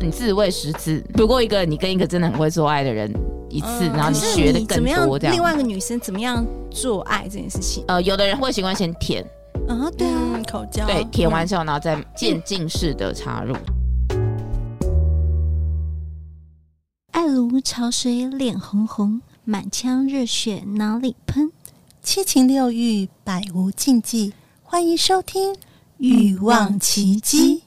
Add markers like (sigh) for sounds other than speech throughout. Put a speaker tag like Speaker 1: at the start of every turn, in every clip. Speaker 1: 你自慰十次，不过一个你跟一个真的很会做爱的人一次，
Speaker 2: 嗯
Speaker 1: 然后你
Speaker 2: 可是
Speaker 1: 学的
Speaker 2: 你
Speaker 1: 更多这
Speaker 2: 怎么样？另
Speaker 1: 样。
Speaker 2: 外一个女生怎么样做爱这件事情？
Speaker 1: 呃，有的人会习惯先舔，
Speaker 2: 啊，对啊
Speaker 3: 嗯，，口交，
Speaker 1: 对，舔
Speaker 2: 嗯
Speaker 1: 完之后，然后再渐进式的插入。
Speaker 2: 爱如潮水，脸红红，满腔热血脑里喷，
Speaker 3: 七情六欲，百无禁忌。欢迎收听《
Speaker 2: 欲望奇迹》。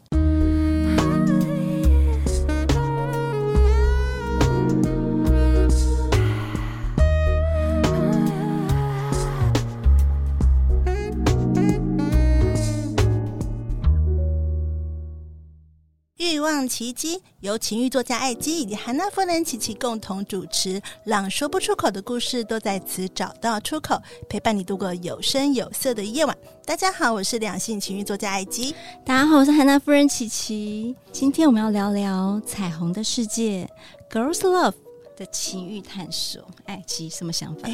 Speaker 3: 欲望奇迹由情欲作家艾姬以及韩娜夫人琪琪共同主持，让说不出口的故事都在此找到出口，陪伴你度过有声有色的夜晚。大家好，我是两性情欲作家艾姬。
Speaker 2: 大家好，我是韩娜夫人琪琪。今天我们要聊聊《彩虹的世界》（Girls Love） 的情欲探索。爱琪什么想法
Speaker 3: 哎？、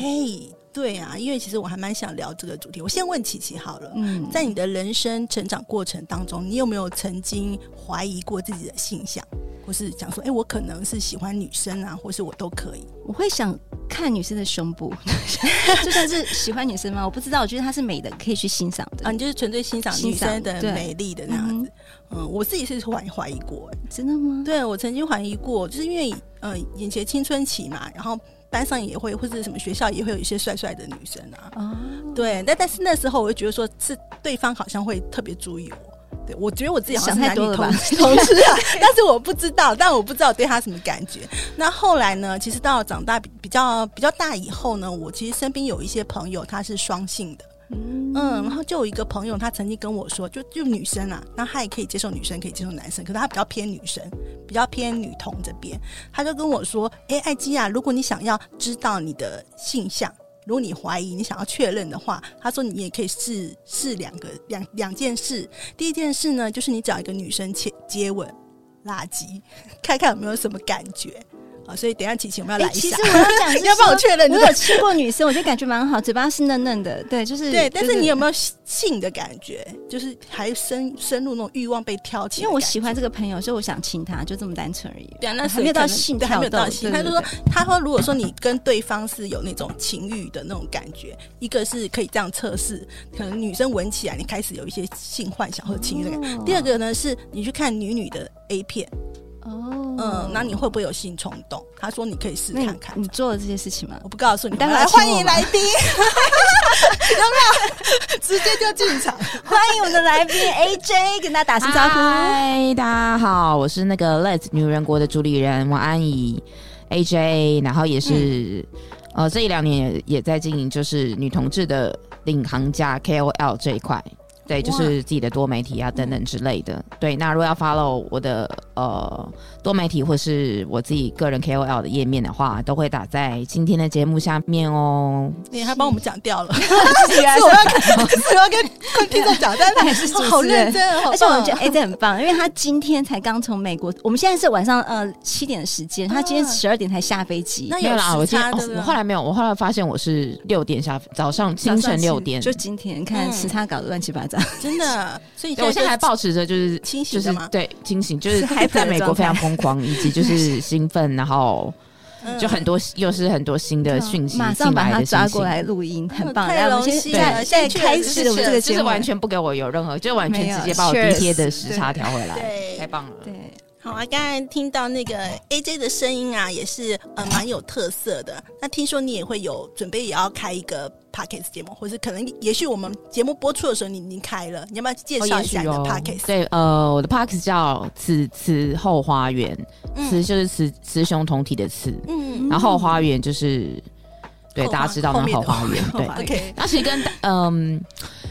Speaker 3: 对啊，因为其实我还蛮想聊这个主题。我先问琪琪好了，
Speaker 2: 嗯，
Speaker 3: 在你的人生成长过程当中，你有没有曾经怀疑过自己的性向，或是想说，哎、我可能是喜欢女生啊，或是我都可以？
Speaker 2: 我会想看女生的
Speaker 3: (laughs)
Speaker 2: 胸部，就算是喜欢女生吗？我不知道，我觉得她是美的，可以去欣赏的。
Speaker 3: 啊，你就是纯粹欣赏女
Speaker 2: 欣赏
Speaker 3: 生的
Speaker 2: 对
Speaker 3: 美丽的那样子。嗯，我自己是怀怀疑过、欸
Speaker 2: 真的吗？
Speaker 3: 对我曾经怀疑过，就是因为呃，以前青春期嘛，然后班上也会或者什么学校也会有一些帅帅的女生啊。
Speaker 2: 哦，
Speaker 3: 对，但但是那时候我就觉得说是对方好像会特别注意我。对，我觉得我自己好像是
Speaker 2: 想
Speaker 3: 男
Speaker 2: 太
Speaker 3: 女
Speaker 2: 多
Speaker 3: 同
Speaker 2: 了吧
Speaker 3: 同事
Speaker 2: (laughs)
Speaker 3: 啊，但是我不知道，但我不知道对他什么感觉。那后来呢？其实到长大比比较比较大以后呢，我其实身边有一些朋友他是双性的，
Speaker 2: 嗯
Speaker 3: 嗯，然后就有一个朋友，他曾经跟我说，就就女生啊，那她也可以接受女生，可以接受男生，可是她比较偏女生，比较偏女同这边。他就跟我说，哎、艾基啊，如果你想要知道你的性向，如果你怀疑，你想要确认的话，他说你也可以试试两个两两件事。第一件事呢，就是你找一个女生接接吻，垃圾， (laughs) 看看有没有什么感觉啊。所以等一下琪琪我们要
Speaker 2: 哎、
Speaker 3: 来一
Speaker 2: 其
Speaker 3: 下
Speaker 2: 实，我要讲，
Speaker 3: (laughs) 要帮我确认
Speaker 2: 我
Speaker 3: 这
Speaker 2: 有
Speaker 3: 个。
Speaker 2: 吃过女生，我觉得感觉蛮好，嘴巴是嫩嫩的，对，就是
Speaker 3: 对，但是你有
Speaker 2: 有？
Speaker 3: 没有性的感觉？就是还深深入那种欲望被挑起的感觉？
Speaker 2: 因为我喜欢这个朋友，所以我想亲他，就这么单纯而已。
Speaker 3: 对啊，那
Speaker 2: 还没有到
Speaker 3: 性，
Speaker 2: 性跳
Speaker 3: 对
Speaker 2: 动，
Speaker 3: 还没有到性。
Speaker 2: 对
Speaker 3: 他就
Speaker 2: 对对
Speaker 3: 说，他说，如果说你跟对方是有那种情欲的那种感觉，一个是可以这样测试，可能女生闻起来你开始有一些性幻想或者情欲的感觉。
Speaker 2: 哦
Speaker 3: 第二个呢，是你去看女女的 A 片，
Speaker 2: 哦，
Speaker 3: 嗯，那你会不会有性冲动？他说你可以试
Speaker 2: 那
Speaker 3: 看
Speaker 2: 你
Speaker 3: 看
Speaker 2: 你。做了这些事情吗
Speaker 3: 我？不告诉你，
Speaker 2: 你待会儿
Speaker 3: 来
Speaker 2: 要亲我
Speaker 3: 欢迎来宾，有没有？直接就进场。
Speaker 2: (laughs) 欢迎我们的来宾 AJ，跟大家打声招呼。
Speaker 1: 嗨，大家好，我是那个《Let 女人国》的主理人王安怡 AJ，然后也是、
Speaker 3: 嗯
Speaker 1: 呃这一两年也也在经营就是女同志的领航家 KOL 这一块。对，就
Speaker 3: 哇
Speaker 1: 是自己的多媒体啊，等等之类的。对，那如果要 follow 我的呃多媒体或是我自己个人 KOL 的页面的话，都会打在今天的节目下面哦。
Speaker 3: (laughs) 你还帮我们讲掉了，
Speaker 2: 是原来
Speaker 3: (laughs) 是
Speaker 2: 是
Speaker 3: 我要跟，是我要跟跟听众讲，但
Speaker 2: 他也是主持人
Speaker 3: 好认真，哦好棒
Speaker 2: 而且我觉得 AJ 很棒，因为他今天才刚从美国，我们现在是晚上呃七点的时间，他今天
Speaker 3: 啊
Speaker 2: 十二点才下飞机，
Speaker 3: 那
Speaker 1: 没有
Speaker 3: 有
Speaker 1: 啦，我
Speaker 3: 时
Speaker 1: 今
Speaker 3: 差
Speaker 1: 天、哦
Speaker 3: 对不对？
Speaker 1: 我后来没有，我后来发现我是六点下早上清晨六点，
Speaker 2: 就今天你看
Speaker 3: 嗯
Speaker 2: 时差搞得乱七八糟，
Speaker 3: 真的，所以
Speaker 1: 对，我现在还
Speaker 3: 抱
Speaker 1: 保持着就是
Speaker 3: 清
Speaker 1: 就
Speaker 3: 醒
Speaker 1: 是
Speaker 3: 的吗？
Speaker 1: 对清醒，就是
Speaker 2: 是 hyper
Speaker 1: 在美国
Speaker 2: 的状
Speaker 1: 非
Speaker 2: 态
Speaker 1: 常疯狂，以及就是兴奋，然后
Speaker 3: 嗯
Speaker 1: 就很多又是很多新的讯息
Speaker 2: 啊马上
Speaker 1: 进
Speaker 2: 把
Speaker 1: 来
Speaker 2: 他
Speaker 1: 的
Speaker 2: 抓
Speaker 1: 讯
Speaker 2: 过
Speaker 1: 息。
Speaker 2: 来录音，很
Speaker 3: 嗯
Speaker 2: 棒。
Speaker 3: 太
Speaker 2: 来，我们
Speaker 3: 荣
Speaker 2: 先
Speaker 3: 幸
Speaker 1: 了
Speaker 2: 再再
Speaker 3: 谢谢
Speaker 2: 开
Speaker 3: 谢
Speaker 2: 始
Speaker 3: 谢
Speaker 2: 我们这
Speaker 1: 就
Speaker 2: 个节
Speaker 1: 是
Speaker 2: 目，
Speaker 1: 完全不给我有任何，就完
Speaker 2: 没
Speaker 1: 全
Speaker 2: 有
Speaker 1: 直接把我第一天的
Speaker 2: cheers，
Speaker 1: 时差调回来，
Speaker 3: 对
Speaker 1: 太棒了。
Speaker 2: 对，
Speaker 3: 好啊！刚才听到那个 AJ 的声音啊，也是呃蛮有特色的。那听说你也会有准备，也要开一个 podcast 节目，或是可能也许我们节目播出的时候你已经开了，你要不要介
Speaker 1: 哦
Speaker 3: 绍
Speaker 1: 也
Speaker 3: 一
Speaker 1: 许
Speaker 3: 下你的
Speaker 1: 哦
Speaker 3: podcast？、
Speaker 1: 对，呃，我的 Parks 叫此此后花园，
Speaker 3: 嗯
Speaker 1: 雌就是雌雌雄同体的雌，
Speaker 3: 嗯
Speaker 1: 然后花园就是对
Speaker 3: 后
Speaker 1: 大家
Speaker 3: 花
Speaker 1: 知道那
Speaker 3: 后面
Speaker 1: 后
Speaker 3: 的
Speaker 1: 花园，对，
Speaker 3: ，OK，
Speaker 1: 那其实跟嗯，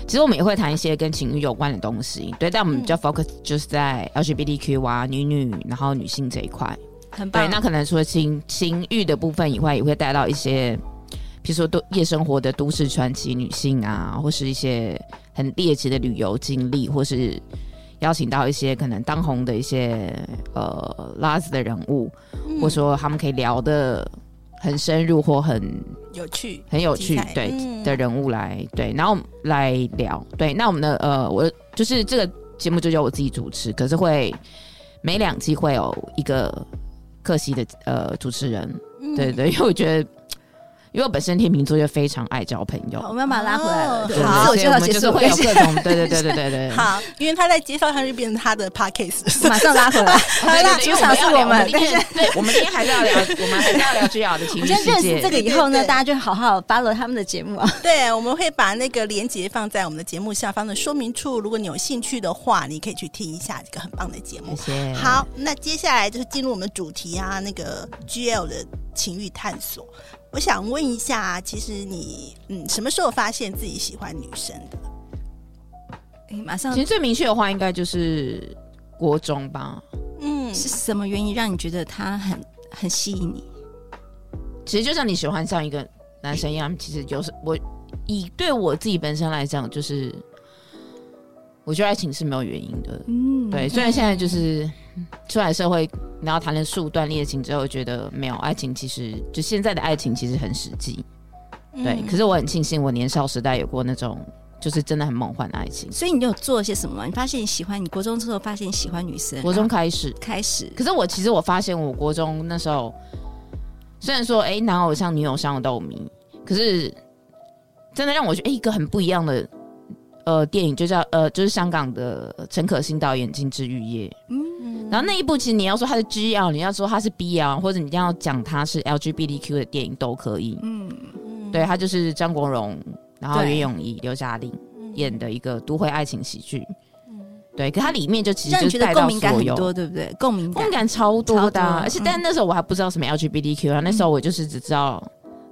Speaker 1: 其实我们也会谈一些跟情欲有关的东西，对，但我们比较 focus 就是在 LGBTQ 啊、女女，然后女性这一块。
Speaker 2: 很棒
Speaker 1: 对，。那可能除了情情欲的部分以外，也会带到一些，比如说都夜生活的都市传奇女性啊，或是一些很猎奇的旅游经历，或是邀请到一些可能当红的一些呃拉子的人物，或说他们可以聊的很深入或很
Speaker 3: 有趣，
Speaker 1: 很有趣
Speaker 3: 题材，
Speaker 1: 对、
Speaker 3: 嗯
Speaker 1: 的人物来对，然后我们来聊对。那我们的呃，我就是这个节目就由我自己主持，可是会每两季会有一个客席的呃主持人，
Speaker 3: 嗯
Speaker 1: 对 (laughs) 对，因为我觉得，因为我本身天秤座就非常爱交朋友
Speaker 2: 好，我，们要把它拉回来了。
Speaker 3: 哦
Speaker 2: 对
Speaker 1: 对
Speaker 2: 自
Speaker 1: 所
Speaker 2: 我
Speaker 1: 以
Speaker 2: 介
Speaker 1: 我
Speaker 2: 绍
Speaker 1: 们就
Speaker 2: 结
Speaker 1: 是
Speaker 2: 束，
Speaker 1: 会有各
Speaker 2: (laughs)
Speaker 1: 种，对对对对对对，
Speaker 3: 好，因为他在介绍他就变成他的 podcast，
Speaker 2: (laughs)
Speaker 1: (laughs)
Speaker 2: 马上拉回来。好
Speaker 1: 对
Speaker 2: 啦，
Speaker 1: 对对
Speaker 2: 主
Speaker 1: 因为
Speaker 2: 场是
Speaker 1: 我
Speaker 2: 我
Speaker 1: 们
Speaker 2: 们，
Speaker 1: 要聊我们今
Speaker 2: 但是
Speaker 1: 天，对，我们今天还是要聊，我们还是要聊居
Speaker 2: (laughs)
Speaker 1: 瑶的情
Speaker 2: 我
Speaker 1: 绪
Speaker 2: 觉得认
Speaker 1: 世
Speaker 2: 识
Speaker 1: 界。
Speaker 2: 这个以后
Speaker 3: 对对
Speaker 2: 呢，
Speaker 3: 对
Speaker 2: 大家就好好 follow 他们的节目啊。
Speaker 3: 对，我们会把那个连接放在我们的节目下方的说明处，如果你有兴趣的话，你可以去听一下这个很棒的节目
Speaker 1: 谢。谢。
Speaker 3: 好，那接下来就是进入我们的主题啊，那个 GL 的情欲探索。我想问一下，其实你嗯什么时候发现自己喜欢女生的？
Speaker 2: 哎马上
Speaker 1: 其实最明确的话，应该就是国中吧。
Speaker 3: 嗯，
Speaker 2: 是什么原因让你觉得他很很吸引你？
Speaker 1: 其实就像你喜欢上一个男生一样，其实就是我以对我自己本身来讲，就是我觉得爱情是没有原因的。
Speaker 2: 嗯，
Speaker 1: 对，虽然现在就是出来社会，然后谈了数段恋情之后，觉得没有爱情，其实就现在的爱情其实很实际。对，
Speaker 3: 嗯
Speaker 1: 可是我很庆幸我年少时代有过那种就是真的很梦幻的爱情。
Speaker 2: 所以你有做些什么吗？你发现你喜欢，你国中之后发现你喜欢女生，
Speaker 1: 国中
Speaker 2: 然后
Speaker 1: 开始，
Speaker 2: 开始
Speaker 1: 可是我其实我发现，我国中那时候虽然说，哎、男偶像、女偶像我都有迷，可是真的让我觉得，哎、一个很不一样的呃电影，就叫呃，就是香港的陈可辛导演《金枝玉叶》。嗯，然后那一部其实你要说它是 GL，你要说它是 BL，或者你一定要讲它是 LGBTQ 的电影都可以。
Speaker 2: 嗯，
Speaker 1: 对，它就是张国荣，然后
Speaker 2: 对
Speaker 1: 袁咏仪、刘嘉玲演的一个都会爱情喜剧。对，可它里面就其实
Speaker 2: 嗯让你
Speaker 1: 就
Speaker 2: 觉
Speaker 1: 是带
Speaker 2: 得共
Speaker 1: 到
Speaker 2: 鸣感
Speaker 1: 所
Speaker 2: 很
Speaker 1: 有。
Speaker 2: 多，对不对？共鸣感
Speaker 1: 共感超多的啊、
Speaker 2: 超多
Speaker 1: 而且
Speaker 2: 嗯
Speaker 1: 但那时候我还不知道什么 LGBTQ 啊，那时候我就是只知道，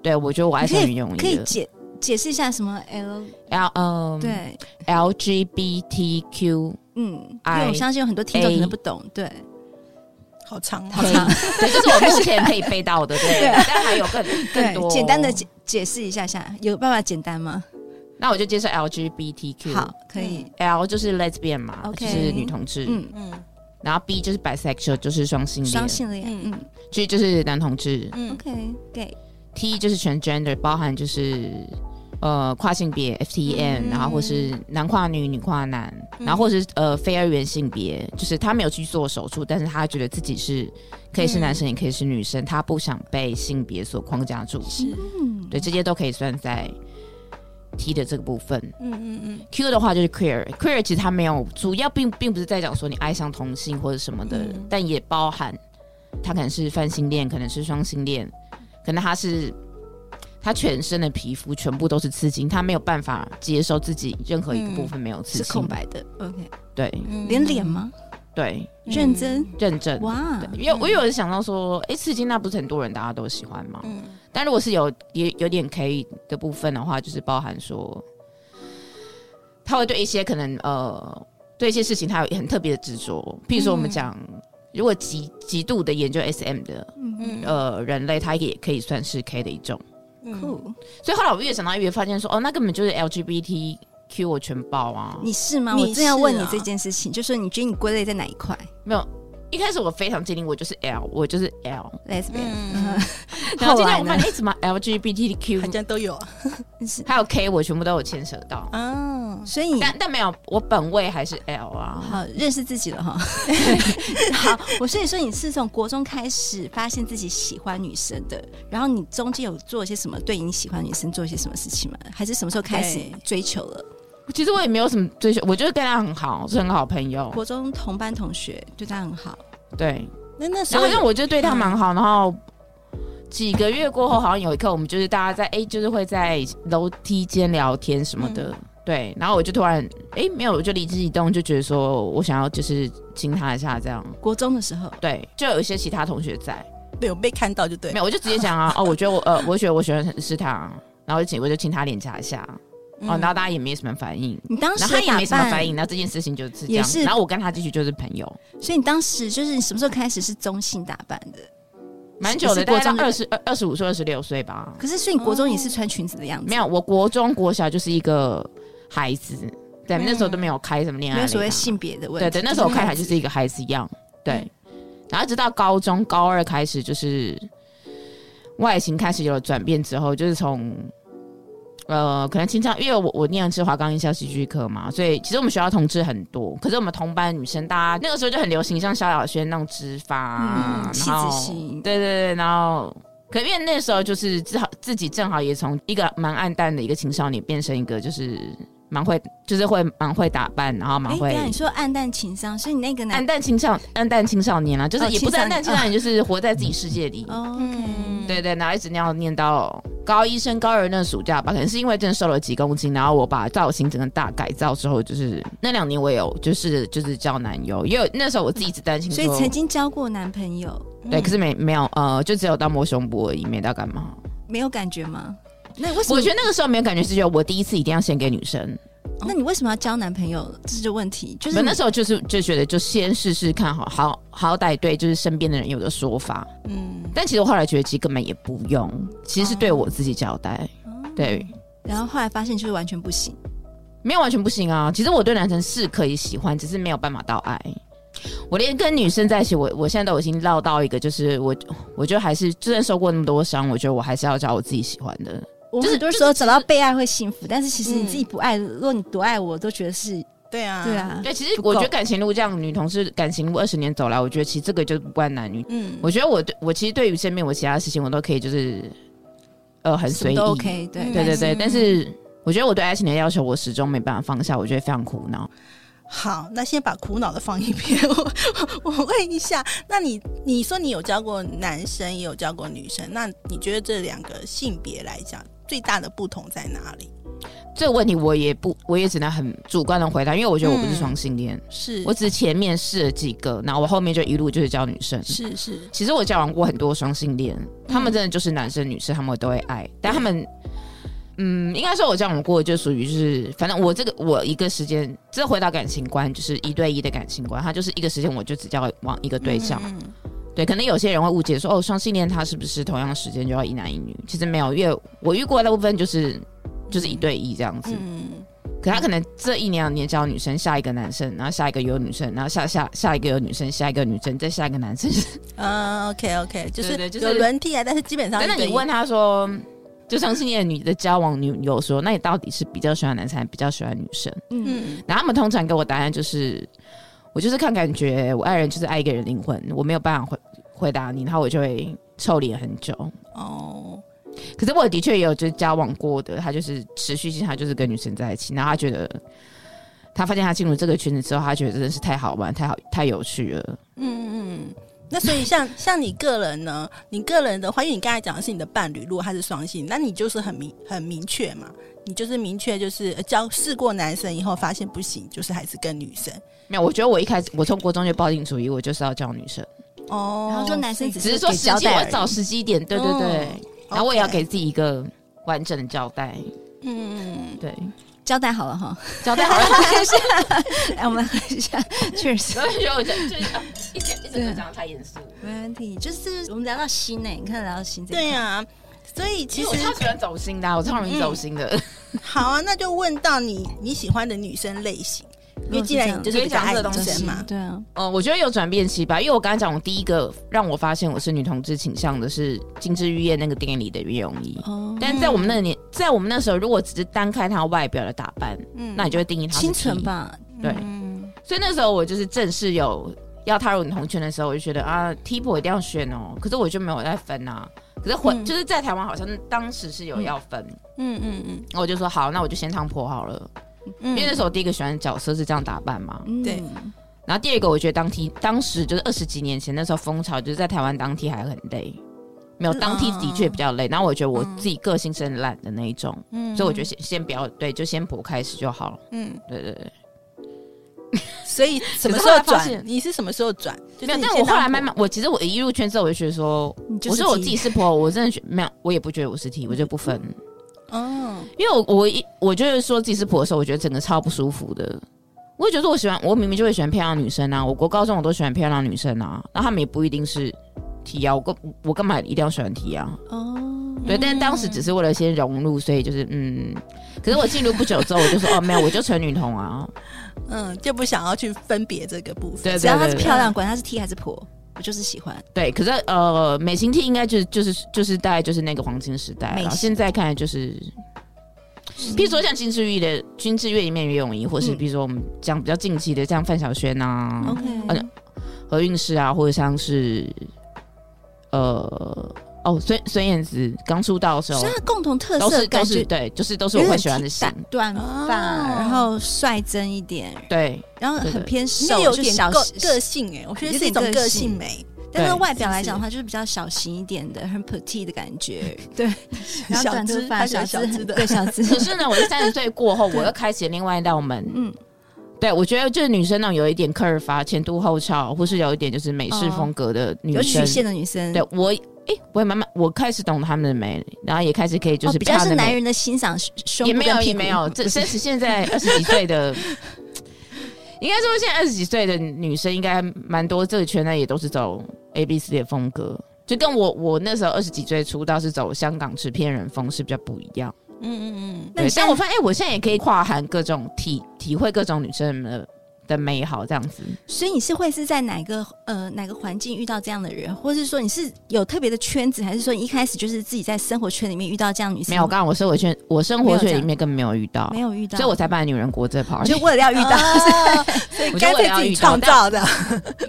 Speaker 1: 对我觉得我爱上
Speaker 2: 你
Speaker 1: 袁咏
Speaker 2: 可
Speaker 1: 仪
Speaker 2: 以
Speaker 1: 了
Speaker 2: 解解释一下什么 L
Speaker 1: ，L 嗯
Speaker 2: 对，
Speaker 1: LGBTQ
Speaker 2: 嗯，因为
Speaker 1: I
Speaker 2: 我相信有很多听众可能不懂，对，
Speaker 3: 好长哦，
Speaker 2: 好长，
Speaker 1: 对，这是我目前可以背到的，对，
Speaker 2: (laughs) 对
Speaker 1: 但还有更更多
Speaker 2: 对，简
Speaker 3: 哦
Speaker 2: 单的。解解释一下下，有办法简单吗？
Speaker 1: 那我就介绍 LGBTQ，
Speaker 2: 好，可以，
Speaker 1: l 就是 lesbian 嘛
Speaker 2: OK
Speaker 1: 就是女同志，
Speaker 2: 嗯，
Speaker 3: 嗯
Speaker 1: 然后 B 就是 bisexual，就是双性恋
Speaker 2: 双性恋，
Speaker 3: 嗯
Speaker 2: 嗯
Speaker 1: ，G 就是男同志
Speaker 3: 嗯
Speaker 2: ，OK，gay，
Speaker 1: ，T E 就是 transgender，包含就是呃跨性别 FTM，、
Speaker 3: 嗯
Speaker 1: 然后或是男跨女、女跨男，
Speaker 3: 嗯
Speaker 1: 然后或是呃非二元性别，就是他没有去做手术，但是他觉得自己是可以是男生，
Speaker 3: 嗯
Speaker 1: 也可以是女生，他不想被性别所框架住。
Speaker 3: 是
Speaker 2: 嗯，
Speaker 1: 对，这些都可以算在 T E 的这个部分。
Speaker 3: 嗯嗯嗯
Speaker 1: Q 的话就是 queer，queer 其实它没有主要并并不是在讲说你爱上同性或者什么的，
Speaker 3: 嗯
Speaker 1: 但也包含他可能是泛性恋，可能是双性恋，可能他是他全身的皮肤全部都是刺青，他没有办法接受自己任何一个部分没有刺
Speaker 2: 嗯是
Speaker 1: 青，
Speaker 2: 空，白的，OK，
Speaker 1: 对
Speaker 3: 嗯
Speaker 2: 连脸吗？
Speaker 1: 对，
Speaker 3: 嗯
Speaker 2: 认真，
Speaker 1: 认证。
Speaker 2: 哇，
Speaker 1: 对因为我有想到说，哎、刺青那不是很多人大家都喜欢吗？
Speaker 3: 嗯
Speaker 1: 但如果是有也有点 K 的部分的话，就是包含说，他会对一些可能呃，对一些事情他有很特别的执着。譬如说，我们
Speaker 3: 嗯
Speaker 1: 讲、如果极极度的研究 SM 的
Speaker 3: 嗯
Speaker 1: 呃人类，他也可以算是 K 的一种。
Speaker 3: 嗯
Speaker 2: 酷，
Speaker 1: 所以后来我越想到越发现说，哦，那根本就是 LGBTQ 我全包啊！
Speaker 2: 你是吗？
Speaker 3: 你
Speaker 2: 我正要问
Speaker 3: 是
Speaker 2: 你
Speaker 3: 啊
Speaker 2: 这件事情，就说你觉得你归类在哪一块
Speaker 1: 没有。一开始我非常坚定，我就是 L，我就是
Speaker 2: (laughs)
Speaker 1: L。
Speaker 2: ？Lesbian，
Speaker 3: 嗯 (laughs)
Speaker 1: 然后
Speaker 2: 后
Speaker 1: 今天
Speaker 2: 来
Speaker 1: 我
Speaker 2: 呢
Speaker 1: 发？现，哎，怎么
Speaker 3: 好
Speaker 1: LGBTQ
Speaker 3: 像都有
Speaker 2: 是
Speaker 1: 还有 K，我全部都有牵扯到。
Speaker 3: 啊，
Speaker 2: 所以你
Speaker 1: 但但没有，我本位还是 L 啊。
Speaker 2: 好，认识自
Speaker 3: (laughs)
Speaker 2: 己了哈。好，我所以说你是从国中开始发现自己喜欢女生的，然后你中间有做一些什么对你喜欢女生做一些什么事情吗？还是什么时候开始
Speaker 3: 对
Speaker 2: 追求了？
Speaker 1: 其实我也没有什么追求，我就是跟他很好，是很好朋友。
Speaker 2: 国中同班同学对她很好，
Speaker 1: 对，
Speaker 3: 那那时
Speaker 1: 然
Speaker 3: 候
Speaker 1: 后因为我就对他蛮好，然后几个月过后，好像有一刻我们就是大家在哎、就是会在楼梯间聊天什么的。对，然后我就突然哎、没有，我就灵机一动，就觉得说我想要就是亲他一下这样。
Speaker 2: 国中的时候，
Speaker 1: 对，就有一些其他同学在，
Speaker 3: 没有被看到就对
Speaker 1: 没，有，我就直接讲啊，哦，我觉得我呃，我觉得我喜欢是他，然后就亲我就亲他脸颊一下，哦，
Speaker 3: 嗯
Speaker 1: 然后大家也没什么反应。
Speaker 2: 你当时
Speaker 1: 然后他也
Speaker 2: 嗯打
Speaker 1: 没什么
Speaker 2: 扮
Speaker 1: 反应，，那这件事情就是这
Speaker 2: 也
Speaker 1: 样。
Speaker 2: 是
Speaker 1: 然后我跟他继续就是朋友，
Speaker 2: 所以你当时就是你什么时候开始是中性打扮的？
Speaker 1: 蛮久
Speaker 2: 是
Speaker 1: 的，
Speaker 2: 是国
Speaker 1: 大概
Speaker 2: 中
Speaker 1: 到
Speaker 2: 的
Speaker 1: 二十二二十五岁、二十六岁吧。
Speaker 2: 可是所以你国中也是穿裙子的样子，
Speaker 1: 没有，我国中、国小就是一个孩子，对，那时候都没有开什么恋爱，啊
Speaker 2: 啊没有所谓，性别的问
Speaker 1: 对
Speaker 2: 题。
Speaker 1: 对，那时候我看起来
Speaker 2: 就
Speaker 1: 就是是一个孩子一样，对
Speaker 2: 嗯。
Speaker 1: 然后直到高中高二开始，就是外形开始有了转变之后，就是从呃，可能倾向，因为我我念的是华冈艺校戏剧课嘛，所以其实我们学校同志很多，可是我们同班女生，大家那个时候就很流行，像萧亚轩那种直发啊，
Speaker 2: 嗯
Speaker 1: 然
Speaker 2: 气质
Speaker 1: 后
Speaker 2: 系
Speaker 1: 对对对，然后。可因为那时候就是自好自己正好也从一个蛮暗淡的一个青少年变成一个就是蛮会就是会蛮会打扮，然后蛮
Speaker 2: 哎，
Speaker 1: 会嗯
Speaker 2: 对啊，你说暗淡情商，所以你那个男
Speaker 1: 暗淡青少暗淡青少年啦、啊就是
Speaker 2: 哦
Speaker 1: 也不
Speaker 2: 青
Speaker 1: 是
Speaker 2: 少
Speaker 1: 暗淡青少年，就是活在自己世界里。
Speaker 2: 哦，
Speaker 3: 嗯
Speaker 1: 对对，然后一直那样念到高一升高二那暑假吧，可能是因为真的瘦了几公斤，然后我把造型整个大改造之后，就是那两年我有就是就是交男友，也有那时候我自己一直担心
Speaker 2: 所
Speaker 1: 说，
Speaker 2: 以曾经交过男朋友，
Speaker 3: 嗯
Speaker 1: 对，可是没没有呃，就只有到摸胸部而已，没到干嘛。
Speaker 2: 没有感觉吗？那为什么？
Speaker 1: 我觉得那个时候没有感呃觉是觉得我第一次一定要献给女生，
Speaker 2: 那你为什么要交男朋友？这是问题，就
Speaker 1: 可
Speaker 2: 是
Speaker 1: 是
Speaker 2: 你
Speaker 1: 那时候
Speaker 2: 嗯
Speaker 1: 就是就觉得就先试试看好，好好歹对就是身边的人有个说法，
Speaker 3: 嗯，
Speaker 1: 但其实我后来觉得其实根本也不用，其实是对我自己交代，
Speaker 2: 哦
Speaker 1: 对。
Speaker 2: 然后后来发现就是完全不行。
Speaker 1: 没有完全不行啊。其实我对男生是可以喜欢，只是没有办法到爱。我连跟女生在一起，我我现在都已经绕到一个，就是我，我觉得还是，就算受过那么多伤，我觉得我还是要找我自己喜欢的。
Speaker 2: 我
Speaker 1: 就是嗯
Speaker 2: 很多时候找到被爱会幸福，但是其实你自己不爱，如果你多爱我，都觉得是
Speaker 3: 对啊，
Speaker 2: 对，啊。
Speaker 1: 对，其实
Speaker 2: 不够
Speaker 1: 我觉得感情路这样，女同事感情路二十年走来，我觉得其实这个就不关男女。
Speaker 3: 嗯，
Speaker 1: 我觉得我对我其实对于身边我其他事情，我都可以就是，呃，很
Speaker 2: 什么
Speaker 1: 随意。
Speaker 2: 都 OK，对
Speaker 3: 嗯
Speaker 1: 对对对，
Speaker 3: 嗯
Speaker 1: 但是我觉得我对爱情的要求，我始终没办法放下，我觉得非常苦恼。
Speaker 3: 好，那先把苦恼的放一边。我我我问一下，那你你说你有教过男生，也有教过女生，那你觉得这两个性别来讲，最大的不同在哪里？
Speaker 1: 这个问题我也不，我也只能很主观的回答，因为我觉得我不
Speaker 3: 嗯
Speaker 1: 是双性恋，
Speaker 3: 是
Speaker 1: 我只是前面试了几个，然后我后面就一路就是教女生。
Speaker 3: 是嗯是，
Speaker 1: 其实我交往过很多双性恋，他们真的就是男生女生，他们都会爱，但他们，嗯，应该说我交往过就属于是，反正我这个我一个时间，这回到感情观就是一对一的感情观，他就是一个时间我就只交往一个对象，
Speaker 3: 嗯
Speaker 1: 对，可能有些人会误解说哦，双性恋他是不是同样的时间就要一男一女？其实没有，因为我遇过的大部分就是就是一对一这样子，
Speaker 3: 嗯，
Speaker 1: 可他可能这一两年教女生，下一个男生，然后下一个有女生，然后下下下一个有女生，下一个女生，再下一个男生。
Speaker 3: 嗯 o k OK，就是
Speaker 1: 对对就是
Speaker 3: 有轮替啊，但是基本上
Speaker 1: 但是
Speaker 3: 一对
Speaker 1: 你
Speaker 3: 一
Speaker 1: 问他说，就双性恋的女的交往女友说，那你到底是比较喜欢男生，还是比较喜欢女生？
Speaker 2: 嗯，
Speaker 3: 嗯
Speaker 1: 然后他们通常给我答案就是，我就是看感觉，我爱人就是爱一个人灵魂，我没有办法回回答你，然后我就会臭脸很久。
Speaker 3: 哦，
Speaker 1: 可是我的确也有就是交往过的，他就是持续性，他就是跟女生在一起，然后他觉得他发现他进入这个圈子之后，他觉得真的是太好玩、太好、太有趣了。
Speaker 3: 嗯嗯。那所以像 (laughs) 像你个人呢，你个人的话，因为你刚才讲的是你的伴侣，如果他是双性，那你就是很明很明确嘛，你就是明确就是呃教试过男生以后发现不行，就是还是跟女生。
Speaker 1: 没有，我觉得我一开始我从国中就抱定主意，我就是要教女生，
Speaker 3: 哦，
Speaker 2: 然后说男
Speaker 3: 所
Speaker 2: 生
Speaker 3: 以
Speaker 2: 只
Speaker 1: 只是说
Speaker 2: 给
Speaker 1: 时
Speaker 2: 交
Speaker 1: 机
Speaker 2: 代
Speaker 1: 我
Speaker 2: 而已
Speaker 1: 找时机点，对对对，
Speaker 3: 嗯
Speaker 1: 然后我也要
Speaker 3: OK
Speaker 1: 给自己一个完整的交代，
Speaker 3: 嗯，
Speaker 1: 对，
Speaker 2: 交代好了
Speaker 1: (laughs)
Speaker 2: 哈。
Speaker 1: 交代好了，
Speaker 2: 来，我们来一下，Cheers。
Speaker 1: 我 (laughs) 就觉得我就就是啊一直一直都讲得太严肃，
Speaker 2: 没问题，就是我们聊到心呢、你看聊到心这一块
Speaker 3: 对呀、所以其
Speaker 1: 因
Speaker 3: 实
Speaker 1: 为我超喜欢走心的啊、我超容易走心的。
Speaker 3: 好啊，那就问到你你喜欢的女生类型，
Speaker 2: 嗯
Speaker 3: 因为既然你就是比较爱女生嘛，
Speaker 2: 对啊，
Speaker 1: 呃，我觉得有转变期吧，因为我刚才讲，我第一个让我发现我是女同志倾向的是《金枝玉叶》那个电影里的袁咏仪。
Speaker 2: 哦，
Speaker 1: 但在我们那个年，在我们那时候，如果只是单看她外表的打扮，
Speaker 3: 嗯
Speaker 1: 那你就会定义她是
Speaker 2: 清纯
Speaker 1: T。
Speaker 2: 吧，
Speaker 1: 对，
Speaker 3: 嗯
Speaker 1: 所以那时候我就是正式有要踏入女同圈的时候，我就觉得啊，T 婆一定要选哦。可是我就没有在分啊。可是回、
Speaker 3: 嗯
Speaker 1: 就是在台湾，好像当时是有要分，
Speaker 3: 嗯嗯
Speaker 1: 我就说好，那我就先当婆好了。
Speaker 3: 嗯，
Speaker 1: 因为那时候我第一个喜欢的角色是这样打扮嘛，
Speaker 2: 嗯
Speaker 3: 对
Speaker 1: 然后第二个，我觉得当 T 当时就是二十几年前，那时候风潮就是在台湾当 T 还很累，没
Speaker 3: 嗯
Speaker 1: 有当 T 的确比较累。然后我觉得我自己个性是很懒的那一种，
Speaker 3: 嗯
Speaker 1: 所以我觉得先先不要对，就先博开始就好了。
Speaker 3: 嗯，
Speaker 1: 对对对，
Speaker 3: 所以什么
Speaker 1: 可
Speaker 3: 时
Speaker 1: 是后
Speaker 3: 候
Speaker 1: 来发现
Speaker 3: 转？你是什么时候转？就
Speaker 1: 没
Speaker 3: 是
Speaker 1: 有。
Speaker 3: 你
Speaker 1: 但
Speaker 3: 先
Speaker 1: 我后来
Speaker 3: 当
Speaker 1: 慢慢，我其实我一入圈之后，我就觉得说，
Speaker 2: 你就
Speaker 1: 我
Speaker 2: 是
Speaker 1: 说我
Speaker 2: 提
Speaker 1: 自己是婆，我真的觉没有，我也不觉得我是 T，我就不
Speaker 3: (laughs)
Speaker 1: 分，
Speaker 3: 嗯
Speaker 1: 因为我我一我就是说自己是婆的时候，我觉得整个超不舒服的。我也觉得我喜欢，我明明就会喜欢漂亮女生啊，我国高中我都喜欢漂亮女生啊，然后她们也不一定是 T 啊，我干我干嘛一定要喜欢 T 啊？
Speaker 2: 哦，
Speaker 1: 对，但当时只是为了先融入，所以就是嗯，可是我进入不久之后，我就说哦，没有，我就纯女同啊，
Speaker 3: 嗯，就不想要去分别这个部分。
Speaker 1: 对
Speaker 2: 只要她是
Speaker 1: 对对
Speaker 2: 漂亮，管她是 T 还是婆，我就是喜欢。
Speaker 1: 对，可是呃，美型 T 应该就是就是就是大概就是那个黄金时代
Speaker 2: 美
Speaker 1: 了，
Speaker 2: 型
Speaker 1: 现在看来就是譬如说像金枝玉的金枝玉里面也泳衣，或是
Speaker 2: 嗯
Speaker 1: 比如说我们讲比较近期的，像范晓萱啊、
Speaker 2: OK，
Speaker 1: 嗯何韵诗啊，或者像是呃哦孙孙燕姿刚出道的时候
Speaker 2: 所以，它共同特
Speaker 1: 都
Speaker 2: 啊色
Speaker 1: 是
Speaker 2: 感
Speaker 1: 都
Speaker 2: 觉
Speaker 1: 是对，就是都是我会喜欢的型
Speaker 2: 有，点短短发，
Speaker 3: 哦
Speaker 2: 然后率真一点，
Speaker 1: 对
Speaker 2: 然后
Speaker 1: 对
Speaker 2: 很
Speaker 1: 对
Speaker 2: 偏
Speaker 3: 应该
Speaker 2: 瘦，
Speaker 3: 有
Speaker 2: 就
Speaker 3: 点
Speaker 2: 小
Speaker 3: 个个性哎、我觉得是一
Speaker 2: 有
Speaker 3: 种
Speaker 2: 点个
Speaker 3: 个
Speaker 2: 性
Speaker 3: 性欸美，
Speaker 2: 但是
Speaker 1: 对
Speaker 2: 外表来讲的话，就是比较小型一点的，很 petite 的感
Speaker 1: (laughs)
Speaker 2: 觉，对。然后
Speaker 3: 小
Speaker 2: 短头
Speaker 3: 资
Speaker 2: 发，
Speaker 3: 他喜欢
Speaker 2: 小
Speaker 3: 小
Speaker 2: 资很
Speaker 3: 资的
Speaker 2: 对小资，
Speaker 1: 可是呢，我在三十岁过
Speaker 2: (laughs)
Speaker 1: 后，我又开启了另外一道门。
Speaker 2: 嗯，
Speaker 1: 对，我觉得就是女生那种有一点克尔法、前凸后翘，或是有一点就是美式风格的女
Speaker 2: 有
Speaker 1: 生，
Speaker 2: 曲线的女生，
Speaker 1: 对
Speaker 2: 哦，
Speaker 1: 我，哎、我也慢慢我开始懂她们的美，然后也开始可以就是
Speaker 2: 哦比较
Speaker 1: 她
Speaker 2: 是
Speaker 1: 的美
Speaker 2: 男人的欣赏胸胸
Speaker 1: 也
Speaker 2: 部
Speaker 1: 没有
Speaker 2: 跟屁
Speaker 1: 也
Speaker 2: 股，
Speaker 1: 没有，这
Speaker 2: 不是
Speaker 1: 三十现在二十几岁的，应该说现在二十几岁的女生应该蛮多，这个圈内也都是走 A B C 的风格，就跟我我那时候二十几岁出道是走香港制片人风是比较不一样。
Speaker 3: 嗯嗯
Speaker 2: 那
Speaker 1: 对
Speaker 2: 你，
Speaker 1: 但
Speaker 2: 像
Speaker 1: 我发现，哎、我现在也可以跨行各种体体会各种女生的的美好，这样子。
Speaker 2: 所以你是会是在哪个呃哪个环境遇到这样的人，或是说你是有特别的圈子，还是说你一开始就是自己在生活圈里面遇到这样的女生？
Speaker 1: 没有，我刚刚我生活圈，我生活圈里面根本没有遇到，
Speaker 2: 没有遇到，
Speaker 1: 所以我才办女人国这 party
Speaker 3: 就。为了要遇到，所以
Speaker 1: (laughs) 我就
Speaker 3: 干
Speaker 2: (laughs)
Speaker 1: 为
Speaker 3: 脆
Speaker 1: 了要
Speaker 3: 自己
Speaker 1: 遇到
Speaker 3: 创造的，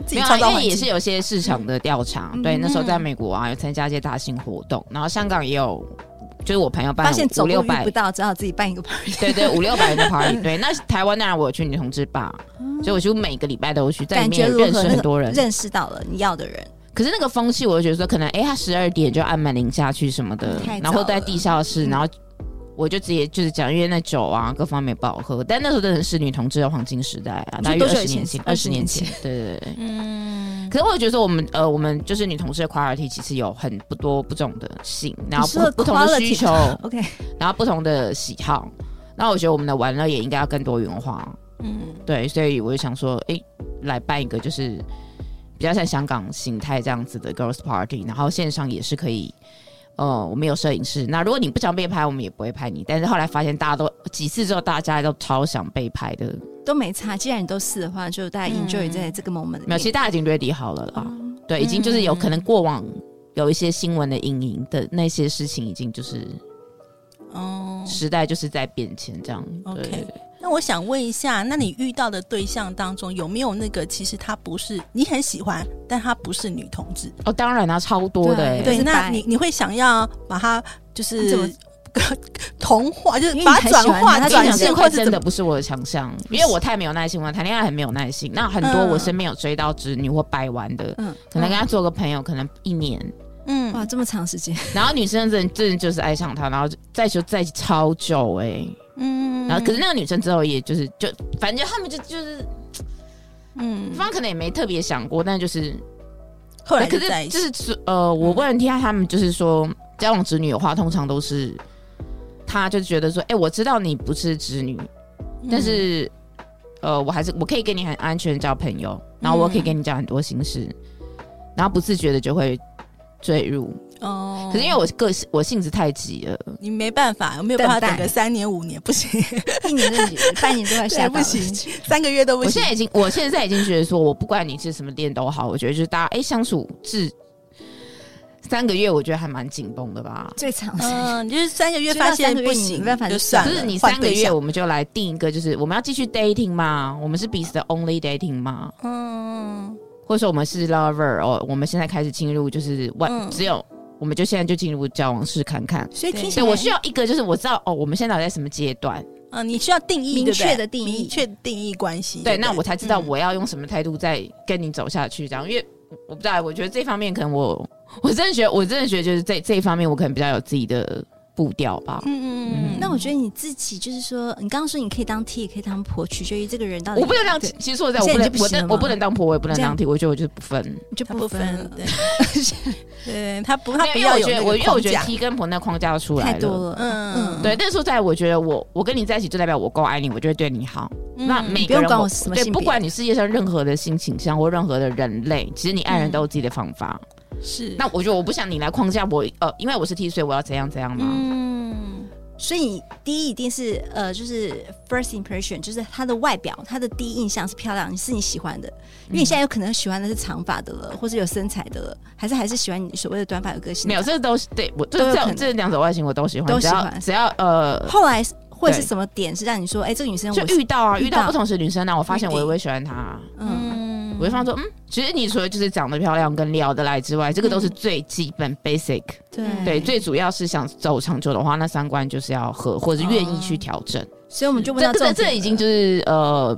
Speaker 3: 自
Speaker 1: 没
Speaker 3: 己
Speaker 1: 有啊，
Speaker 3: 创造
Speaker 1: 因
Speaker 3: 环
Speaker 1: 为也是
Speaker 3: 境。
Speaker 1: 有些市场的调查。
Speaker 3: 嗯
Speaker 1: 对，那时候在美国啊，有参加一些大型活动，然后香港也有，就是我朋友办
Speaker 2: 发现
Speaker 1: 了
Speaker 2: 走
Speaker 1: 五六
Speaker 2: 路遇
Speaker 1: 百
Speaker 2: 不，到，只好自己办一个 party。
Speaker 1: 对对，五六百人
Speaker 2: (laughs)
Speaker 1: 的 party。对，那台湾当然我有去女同志吧，所以我就每个礼拜都去，在里
Speaker 2: 哦感觉
Speaker 1: 面
Speaker 2: 如何
Speaker 1: 认识很多人。
Speaker 2: 认识到了你要的人，
Speaker 1: 可是那个风气，我就觉得说，可能哎、诶他十二点就按门铃下去什么的
Speaker 2: 太，早
Speaker 1: 然后在
Speaker 2: 了嗯
Speaker 1: 地下室，然后我就直接就是讲，因为那酒啊各方面不好喝，但那时候真的是女同志的黄金时代啊，
Speaker 2: 你
Speaker 1: 大
Speaker 2: 说
Speaker 1: 约
Speaker 2: 多
Speaker 1: 二
Speaker 2: 久
Speaker 1: 十
Speaker 2: 以前
Speaker 1: 年前，二
Speaker 2: 20
Speaker 1: 十年
Speaker 2: 年
Speaker 1: 前，对对对。
Speaker 3: 嗯，
Speaker 1: 可是我觉得说我们呃，我们就是女同事的 quality 其实有很不多不同的性，然后
Speaker 2: 你说的
Speaker 1: 不不同的需求，
Speaker 2: OK，
Speaker 1: 然后不同的喜好。那我觉得我们的玩乐也应该要更多元化，
Speaker 3: 嗯，
Speaker 1: 对，所以我就想说，诶，来办一个就是比较像香港形态这样子的 girls party，然后线上也是可以。呃，我们有摄影师，那如果你不想被拍，我们也不会拍你。但是后来发现，大家都几次之后，大家都超想被拍的。
Speaker 2: 都没差。既然你都试的话，就大家 enjoy 在这个 moment 里面。
Speaker 1: 没有，其实大家已经 ready 好了啦。
Speaker 3: 嗯
Speaker 1: 对，已经就是有可能过往有一些新闻的阴影的那些事情，已经就是
Speaker 3: 嗯哦，
Speaker 1: 时代就是在变迁这样。
Speaker 3: OK
Speaker 1: 对，
Speaker 3: 那我想问一下，那你遇到的对象当中有没有那个其实他不是你很喜欢，但他不是女同志？
Speaker 1: 哦，当然啦、超多的、欸。
Speaker 2: 对
Speaker 3: 对，
Speaker 2: 是
Speaker 3: 那
Speaker 2: 白
Speaker 3: 你你会想要把它就
Speaker 1: 啊
Speaker 2: 你怎么
Speaker 3: 是同化，就
Speaker 2: 因为
Speaker 3: 是
Speaker 2: 你
Speaker 3: 把它
Speaker 2: 很
Speaker 3: 转
Speaker 2: 喜欢
Speaker 3: 化、
Speaker 2: 他
Speaker 1: 他
Speaker 2: 这
Speaker 1: 讲
Speaker 2: 个
Speaker 3: 转
Speaker 2: 人
Speaker 3: 型，
Speaker 1: 这
Speaker 3: 或
Speaker 1: 块
Speaker 3: 者怎
Speaker 1: 真的
Speaker 3: 么
Speaker 1: 不是我的强项，因为我太没有耐心，我谈恋爱很没有耐心。那很多
Speaker 3: 嗯
Speaker 1: 我身边有追到直女或白玩的，
Speaker 2: 嗯，
Speaker 1: 可能跟他做个朋友，可能一年，
Speaker 3: 嗯
Speaker 2: 哇，这么长时间，
Speaker 1: 然后女生真的真的就是爱上他，然后就在一起就在一起超久哎、欸
Speaker 3: 嗯
Speaker 1: 然后可是那个女生之后也就是就反正他们就就是，
Speaker 3: 嗯
Speaker 1: 对，方可能也没特别想过，但就是
Speaker 3: 后来
Speaker 1: 可
Speaker 3: 就在
Speaker 1: 是
Speaker 3: 一
Speaker 1: 就
Speaker 3: 起，
Speaker 1: 是说呃，我问听他们就是说，交往直女的话，通常都是他就觉得说，哎、我知道你不是直女，但是、呃，我还是我可以跟你很安全交朋友，然后我可以跟你讲很多心事，然后不自觉的就会坠入。
Speaker 3: 哦
Speaker 1: 可是因为我个性我性子太急了，
Speaker 3: 你没办法，我没有办法
Speaker 2: 等待
Speaker 3: 等个三年五年，不行， (laughs)
Speaker 2: 一年都已经 (laughs) 半年都
Speaker 3: 对
Speaker 2: 快下
Speaker 3: 不
Speaker 2: 班
Speaker 3: 行，三个月都不
Speaker 1: 我现
Speaker 3: 行。
Speaker 1: 在已经我现在已经觉得说，我不管你是什么店都好，我觉得就是大家哎、相处至三个月，我觉得还蛮紧绷的吧。
Speaker 2: 最长时间。
Speaker 1: (laughs)
Speaker 3: 嗯，你就是三个月
Speaker 2: 就到
Speaker 3: 发现
Speaker 2: 三个月
Speaker 3: 不
Speaker 2: 你
Speaker 3: 行，
Speaker 2: 没办法
Speaker 3: 就
Speaker 2: 就
Speaker 3: 算
Speaker 1: 可
Speaker 3: 了。
Speaker 1: 是你
Speaker 3: 换
Speaker 1: 三个
Speaker 3: 对
Speaker 1: 月，
Speaker 3: 象，
Speaker 1: 我们就来定一个，就是我们要继续 dating 吗？我们是彼此的 only dating 吗？
Speaker 3: 嗯，
Speaker 1: 或者说我们是 lover 哦？我们现在开始进入就是外、
Speaker 3: 嗯
Speaker 1: 只有我们就现在就进入交往室看看。
Speaker 2: 所以听起
Speaker 1: 所
Speaker 2: 来
Speaker 1: 以我需要一个就是我知道哦，我们现在在什么阶段？
Speaker 3: 嗯，你需要定义
Speaker 2: 明
Speaker 3: 对不对
Speaker 2: 确的定义
Speaker 3: 明确地定义关系。
Speaker 1: 对，
Speaker 3: 不
Speaker 1: 那我才知道
Speaker 3: 嗯
Speaker 1: 我要用什么态度再跟你走下去。这样，因为我不知道，我觉得这方面可能我我真的觉得，我真的觉得就是这这一方面我可能比较有自己的步调吧。
Speaker 3: 嗯嗯嗯，
Speaker 2: 那我觉得你自己就是说，你刚刚说你可以当 T，也可以当婆，取决于这个人到底
Speaker 1: 我不能当，
Speaker 2: 对
Speaker 1: 其实我在
Speaker 2: 你
Speaker 1: 我
Speaker 2: 现
Speaker 1: 不
Speaker 2: 在
Speaker 1: 能
Speaker 2: 已经不
Speaker 1: 我
Speaker 2: 行了
Speaker 1: 能
Speaker 2: 吗
Speaker 1: 我不能当婆，我也不能
Speaker 2: 这样
Speaker 1: 当替，我觉得我就是不分。
Speaker 2: 你就
Speaker 3: 他
Speaker 2: 不
Speaker 3: 不
Speaker 2: 分
Speaker 3: 分
Speaker 2: 了
Speaker 3: 了，对 (laughs) 对，他不，他不
Speaker 1: 没有
Speaker 3: 要有
Speaker 1: 因为
Speaker 3: 那
Speaker 1: 我
Speaker 3: 个
Speaker 1: 觉得我因为我
Speaker 3: 框
Speaker 1: 觉得
Speaker 3: 架。
Speaker 1: T 跟婆那框架出来
Speaker 2: 太多。了。
Speaker 3: 嗯
Speaker 2: 嗯
Speaker 1: 对，但是说在我觉得我我跟你在一起就代表我够爱你，我就会对你好。
Speaker 3: 嗯
Speaker 1: 那
Speaker 3: 嗯
Speaker 1: 每
Speaker 2: 不
Speaker 1: 个
Speaker 2: 用
Speaker 1: 人
Speaker 2: 管我是什么
Speaker 1: 对，
Speaker 2: 性
Speaker 1: 不
Speaker 2: 别
Speaker 1: 管你世界上任何的性倾向或任何的人类，其实你爱人
Speaker 3: 嗯
Speaker 1: 都有自己的方法。
Speaker 3: 是
Speaker 1: 那我觉得我不想你来框架我，呃，因为我是 T，所以我要怎样怎样嘛。
Speaker 3: 嗯
Speaker 2: 所以你第一一定是呃，就是 first impression，就是她的外表，她的第一印象是漂亮，是你喜欢的。
Speaker 1: 嗯
Speaker 2: 因为你现在有可能喜欢的是长发的了，或是有身材的了，还是还是喜欢你所谓的短发有个性的。
Speaker 1: 没有，这都是对我这
Speaker 2: 都有可
Speaker 1: 这
Speaker 2: 能
Speaker 1: 这两种外形我都喜欢，
Speaker 2: 都
Speaker 1: 只
Speaker 2: 喜
Speaker 1: 要
Speaker 2: 欢
Speaker 1: 只要呃，
Speaker 2: 后来或者是什么点是让你说，哎、这个女生
Speaker 1: 就
Speaker 2: 我
Speaker 1: 遇到啊，
Speaker 2: 遇
Speaker 1: 遇到
Speaker 2: 到
Speaker 1: 不同的女生呢、我发现
Speaker 3: 一
Speaker 1: 我
Speaker 3: 定
Speaker 1: 也会喜欢她啊、
Speaker 2: 嗯，
Speaker 1: 我会放说，嗯，其实你除了就是长得漂亮跟聊得来之外，这个都是
Speaker 2: 嗯
Speaker 1: 最基本 basic。
Speaker 2: 对
Speaker 1: 对，最主要是想走长久的话，那三观就是要合，或者是愿意去调整。
Speaker 2: 所以我们就问
Speaker 1: 这
Speaker 2: 到
Speaker 1: 这
Speaker 2: 重
Speaker 1: 这
Speaker 2: 点
Speaker 1: 已
Speaker 2: 了
Speaker 1: 经就是呃，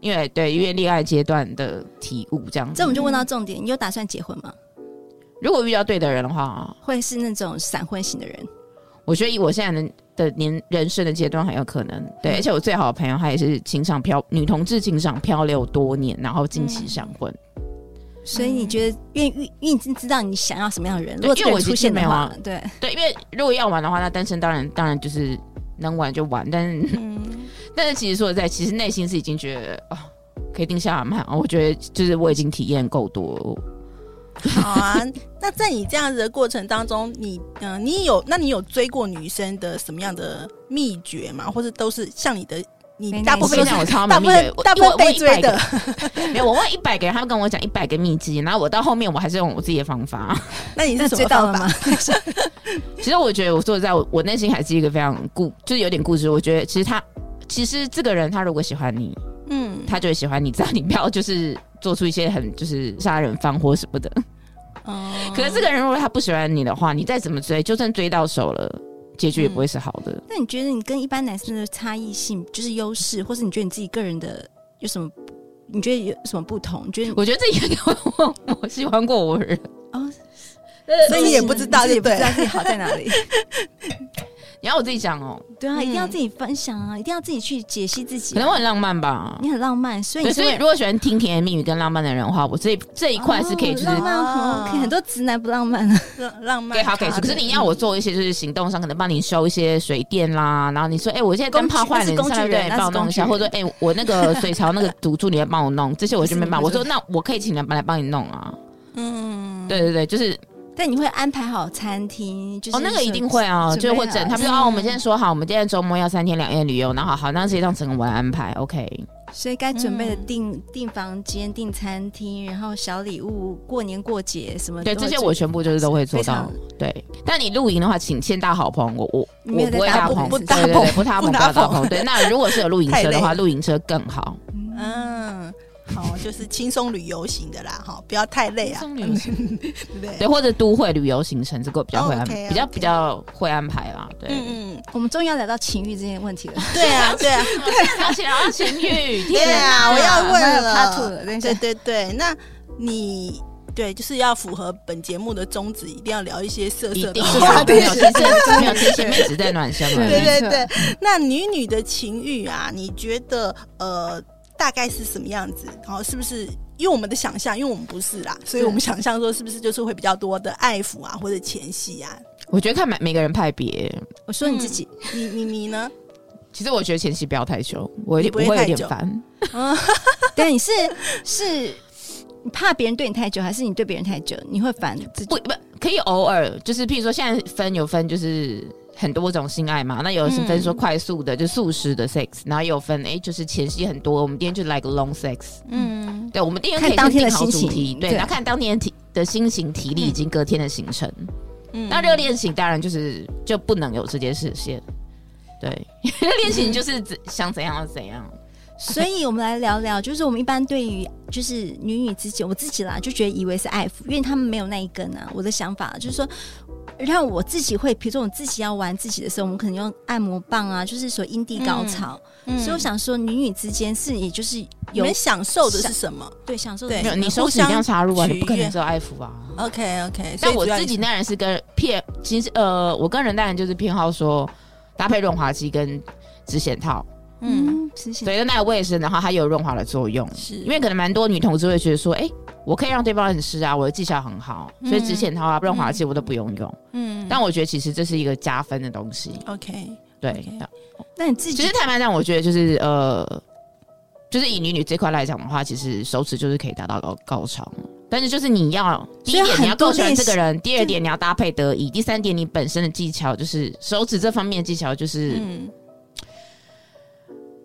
Speaker 1: 因为对，因为恋爱阶段的体悟这样
Speaker 2: 这
Speaker 1: 子
Speaker 2: 我。们就问到重点，你有打算结婚吗？
Speaker 1: 如果遇到对的人的话，
Speaker 2: 会是那种闪婚型的人，
Speaker 1: 我觉得以我现在的的年人生的阶段很有可能。对，
Speaker 2: 嗯
Speaker 1: 而且我最好的朋友她也是情场漂女同志情场漂流多年，然后近
Speaker 2: 嗯
Speaker 1: 期闪婚。
Speaker 2: 所以你觉得愿意，因为你已经知道你想要什么样的人，
Speaker 1: 对
Speaker 2: 如果这
Speaker 1: 因
Speaker 2: 个
Speaker 1: 为我
Speaker 2: 人
Speaker 1: 已经
Speaker 2: 出现的
Speaker 1: 没有
Speaker 2: 话
Speaker 1: 啊，
Speaker 2: 对，
Speaker 1: 对，因为如果要玩的话，那单身当然当然就是能玩就玩，但是、
Speaker 3: 嗯
Speaker 1: (laughs) 但是其实说实在，其实内心是已经觉得啊、可以定下来嘛。我觉得就是我已经体验够多，
Speaker 3: (laughs) 好啊，那在你这样子的过程当中，你嗯、呃你有那你有追过女生的什么样的秘诀吗？或者都是像你的，
Speaker 2: 没
Speaker 3: 你
Speaker 2: 耐
Speaker 3: 大部
Speaker 1: 我
Speaker 3: 分
Speaker 1: 跟
Speaker 3: 都
Speaker 1: 你讲，我
Speaker 3: 是
Speaker 1: 超
Speaker 3: 大
Speaker 1: 没
Speaker 3: 部
Speaker 1: 秘诀
Speaker 3: 分，
Speaker 1: 我
Speaker 3: 大部分被追，
Speaker 1: 我
Speaker 3: 的
Speaker 1: 我，100个没有，我问一百个人，他们跟我讲一百个秘籍，然后我到后面我还是用我自己的方法。
Speaker 3: 那你
Speaker 2: 那
Speaker 3: 是什
Speaker 2: 追
Speaker 3: 么
Speaker 2: 到了
Speaker 3: 方法
Speaker 2: 吗？？
Speaker 1: 其实我觉得我说实在，我我内心还是一个非常固，就是有点固执。我觉得其实他其实这个人他如果喜欢你，
Speaker 3: 嗯，
Speaker 1: 他就会喜欢你，只要你不要就是做出一些很就是杀人放火什么的。
Speaker 3: 哦
Speaker 1: 可是这个人如果他不喜欢你的话，你再怎么
Speaker 2: 嗯
Speaker 1: 追，就算追到手了，结局也不会是好的。
Speaker 2: 那你觉得你跟一般男生的差异性，就是优势，或是你觉得你自己个人的有什么？你觉得有什么不同？你觉得你
Speaker 1: 我觉得这也给我 (laughs) 我喜欢过我的人，
Speaker 2: 哦，
Speaker 3: (laughs) 所以你也不知道
Speaker 2: 自己
Speaker 3: 就
Speaker 2: 也不
Speaker 3: 对
Speaker 2: 知道自己好在哪里。
Speaker 1: 你要我自己讲哦，
Speaker 2: 对啊，
Speaker 3: 嗯
Speaker 2: 一定要自己分享啊，一定要自己去解析自己
Speaker 1: 可
Speaker 2: 啊。
Speaker 1: 能我很浪漫吧。
Speaker 2: 你很浪漫，所以
Speaker 1: 对，
Speaker 2: 你是
Speaker 1: 所以
Speaker 2: 会
Speaker 1: 如果喜欢听甜言蜜语跟浪漫的人的话，我这这一块是可以就是
Speaker 2: 哦浪漫
Speaker 3: 哦
Speaker 2: 很 OK，很多直男不浪漫啊。 (laughs)
Speaker 3: 浪浪漫
Speaker 1: 给好给出。可是你要我做一些就是行动上，可能帮你修一些水电啦，然后你说，哎、我现在灯泡坏了，你
Speaker 2: 工具
Speaker 1: 上来对
Speaker 2: 那是
Speaker 1: 帮我弄一下，或
Speaker 2: 工具
Speaker 1: 者说，哎、我那
Speaker 2: (laughs)
Speaker 1: 个水槽那个堵住，你来帮我弄，这些我就没办法。
Speaker 2: 不
Speaker 1: 我
Speaker 2: 是
Speaker 1: 说，那我可以请人来帮你弄啊。
Speaker 3: 嗯，
Speaker 1: 对对对，就是
Speaker 2: 但你会安排好餐厅，就是
Speaker 1: 哦，那个一
Speaker 2: 什
Speaker 1: 定会啊，
Speaker 2: 准备
Speaker 1: 就会
Speaker 2: 好
Speaker 1: 整。他们说
Speaker 2: 嗯
Speaker 1: 啊，我们今天说好，我们今天周末要三天两夜旅游，然后好，那这一趟整个我来安排，OK。
Speaker 2: 所以该准备的
Speaker 3: 嗯
Speaker 2: 订、订房间、订餐厅，然后小礼物，过年过节什么都
Speaker 1: 对，
Speaker 2: 会
Speaker 1: 这
Speaker 2: 准备，
Speaker 1: 些我全部就是都会做
Speaker 2: 非
Speaker 1: 到
Speaker 2: 常。
Speaker 1: 对，但你露营的话，请先搭好棚，我我
Speaker 2: 你没有
Speaker 1: 我
Speaker 2: 在
Speaker 1: 不会
Speaker 2: 搭
Speaker 1: 搭
Speaker 2: 棚
Speaker 1: 棚，
Speaker 2: 不
Speaker 1: 对
Speaker 3: 搭
Speaker 1: 对对，
Speaker 3: 棚
Speaker 1: 不搭
Speaker 3: 不
Speaker 1: 棚，不
Speaker 3: 搭
Speaker 1: 要搭
Speaker 3: 棚
Speaker 1: 棚。对，那如果是有露营
Speaker 3: 太
Speaker 1: 车的
Speaker 3: 累
Speaker 1: 话，
Speaker 3: 了
Speaker 1: 露营车更好。
Speaker 3: 嗯，好，就是轻松旅游型的啦，哈，不要太累
Speaker 1: 轻
Speaker 3: 啊，
Speaker 1: 松旅游型
Speaker 3: 对不对？
Speaker 1: 对，或者都会旅游行程，这个比较会安，
Speaker 3: 哦，OK，
Speaker 1: 比较
Speaker 3: OK
Speaker 1: 比较会安排啦。 (laughs) 对，
Speaker 3: 嗯嗯，
Speaker 2: 我们终于要聊到情欲这件
Speaker 1: (laughs)
Speaker 2: 问题了。
Speaker 3: (laughs) 对 (laughs) 啊，对啊，
Speaker 1: 而且然后情侣，
Speaker 3: (laughs) 对
Speaker 1: 天哪
Speaker 3: 啊，我要
Speaker 2: 对啊
Speaker 3: 问
Speaker 2: 我要 part two
Speaker 3: 了，
Speaker 2: 了等一下
Speaker 3: 对对对，那你对就是要符合本节目的宗旨，一定要聊一些色
Speaker 1: 一
Speaker 3: 色的
Speaker 1: 定
Speaker 3: 话
Speaker 1: 要
Speaker 3: 题
Speaker 1: 没。有，其实没有，其实前面只在暖身而
Speaker 3: 对
Speaker 1: 已。
Speaker 3: 对
Speaker 2: 没错
Speaker 3: 对，那女女的情欲啊，你觉得呃大概是什么样子？然后是不是因为我们的想象，因为我们不是啦，
Speaker 1: 嗯
Speaker 3: 所以我们想象说是不是就是会比较多的爱抚啊，或者前戏啊？
Speaker 1: 我觉得看每每个人派别，
Speaker 2: 我说你自己，
Speaker 3: 嗯你你你呢？
Speaker 1: 其实我觉得前期不要太久，我
Speaker 3: 你
Speaker 1: 也
Speaker 3: 不
Speaker 1: 不
Speaker 3: 会
Speaker 1: 会有
Speaker 3: 太
Speaker 1: 点
Speaker 3: 久
Speaker 1: 烦。
Speaker 2: 但你是是你怕别人对你太久，还是你对别人太久？你会烦自己？
Speaker 1: 不不可以偶尔，就是譬如说现在分有分就是很多种性爱嘛，那有是分说快速的、就速食的 sex，然后也有分哎、诶就是前戏很多，我们今天就来个 long sex，
Speaker 3: 嗯
Speaker 1: 对，我们今天
Speaker 2: 看
Speaker 1: 可以
Speaker 2: 当天
Speaker 1: 先
Speaker 2: 的
Speaker 1: 定好
Speaker 2: 心
Speaker 1: 主
Speaker 2: 情
Speaker 1: 题，对，
Speaker 2: 对
Speaker 1: 然后看当天的体的心情、体力以及隔天的行程。
Speaker 3: 嗯
Speaker 1: 那热恋型当然就是就不能有这件事情，对， (laughs) 热恋型就是只想怎样就怎样，
Speaker 2: 所以我们来聊聊，就是我们一般对于就是女女之间，我自己啦就觉得以为是爱抚，因为他们没有那一根啊。我的想法就是说。让我自己会，比如说我自己要玩自己的时候，我们可能用按摩棒啊，就是说阴蒂高潮。
Speaker 3: 嗯
Speaker 2: 所以我想说，女女之间是也就是
Speaker 3: 你
Speaker 2: 有
Speaker 3: 们享受的是什么
Speaker 2: 对享受的
Speaker 3: 对
Speaker 1: 没有
Speaker 2: 是
Speaker 1: 你手指一定要插入啊，你不可能只有爱抚啊。
Speaker 3: ？OK OK，
Speaker 1: 但我自己当然是跟偏，其实呃，我跟人当然就是偏好说搭配润滑剂跟指显套，
Speaker 3: 嗯
Speaker 2: 嗯，是想
Speaker 1: 对，那我也是，然后它有润滑的作用，
Speaker 3: 是
Speaker 1: 因为可能蛮多女同志会觉得说，哎、我可以让对方很湿啊，我的技巧很好，所以指显套啊、润滑剂我都不用用。
Speaker 3: 嗯
Speaker 1: 但我觉得其实这是一个加分的东西，
Speaker 3: OK
Speaker 1: 对。
Speaker 3: OK
Speaker 2: 那你自
Speaker 1: 其
Speaker 2: 己
Speaker 1: 实坦白讲，我觉得就是呃，就是以女女这块来讲的话，其实手指就是可以达到高高潮，但是就是你要第一
Speaker 2: 所以
Speaker 1: 点
Speaker 2: 很
Speaker 1: 你要
Speaker 2: 多
Speaker 1: 够喜欢
Speaker 2: 练习
Speaker 1: 这个人，第二
Speaker 2: 对
Speaker 1: 点你要搭配得宜，第三点你本身的技巧就是手指这方面的技巧就是
Speaker 3: 嗯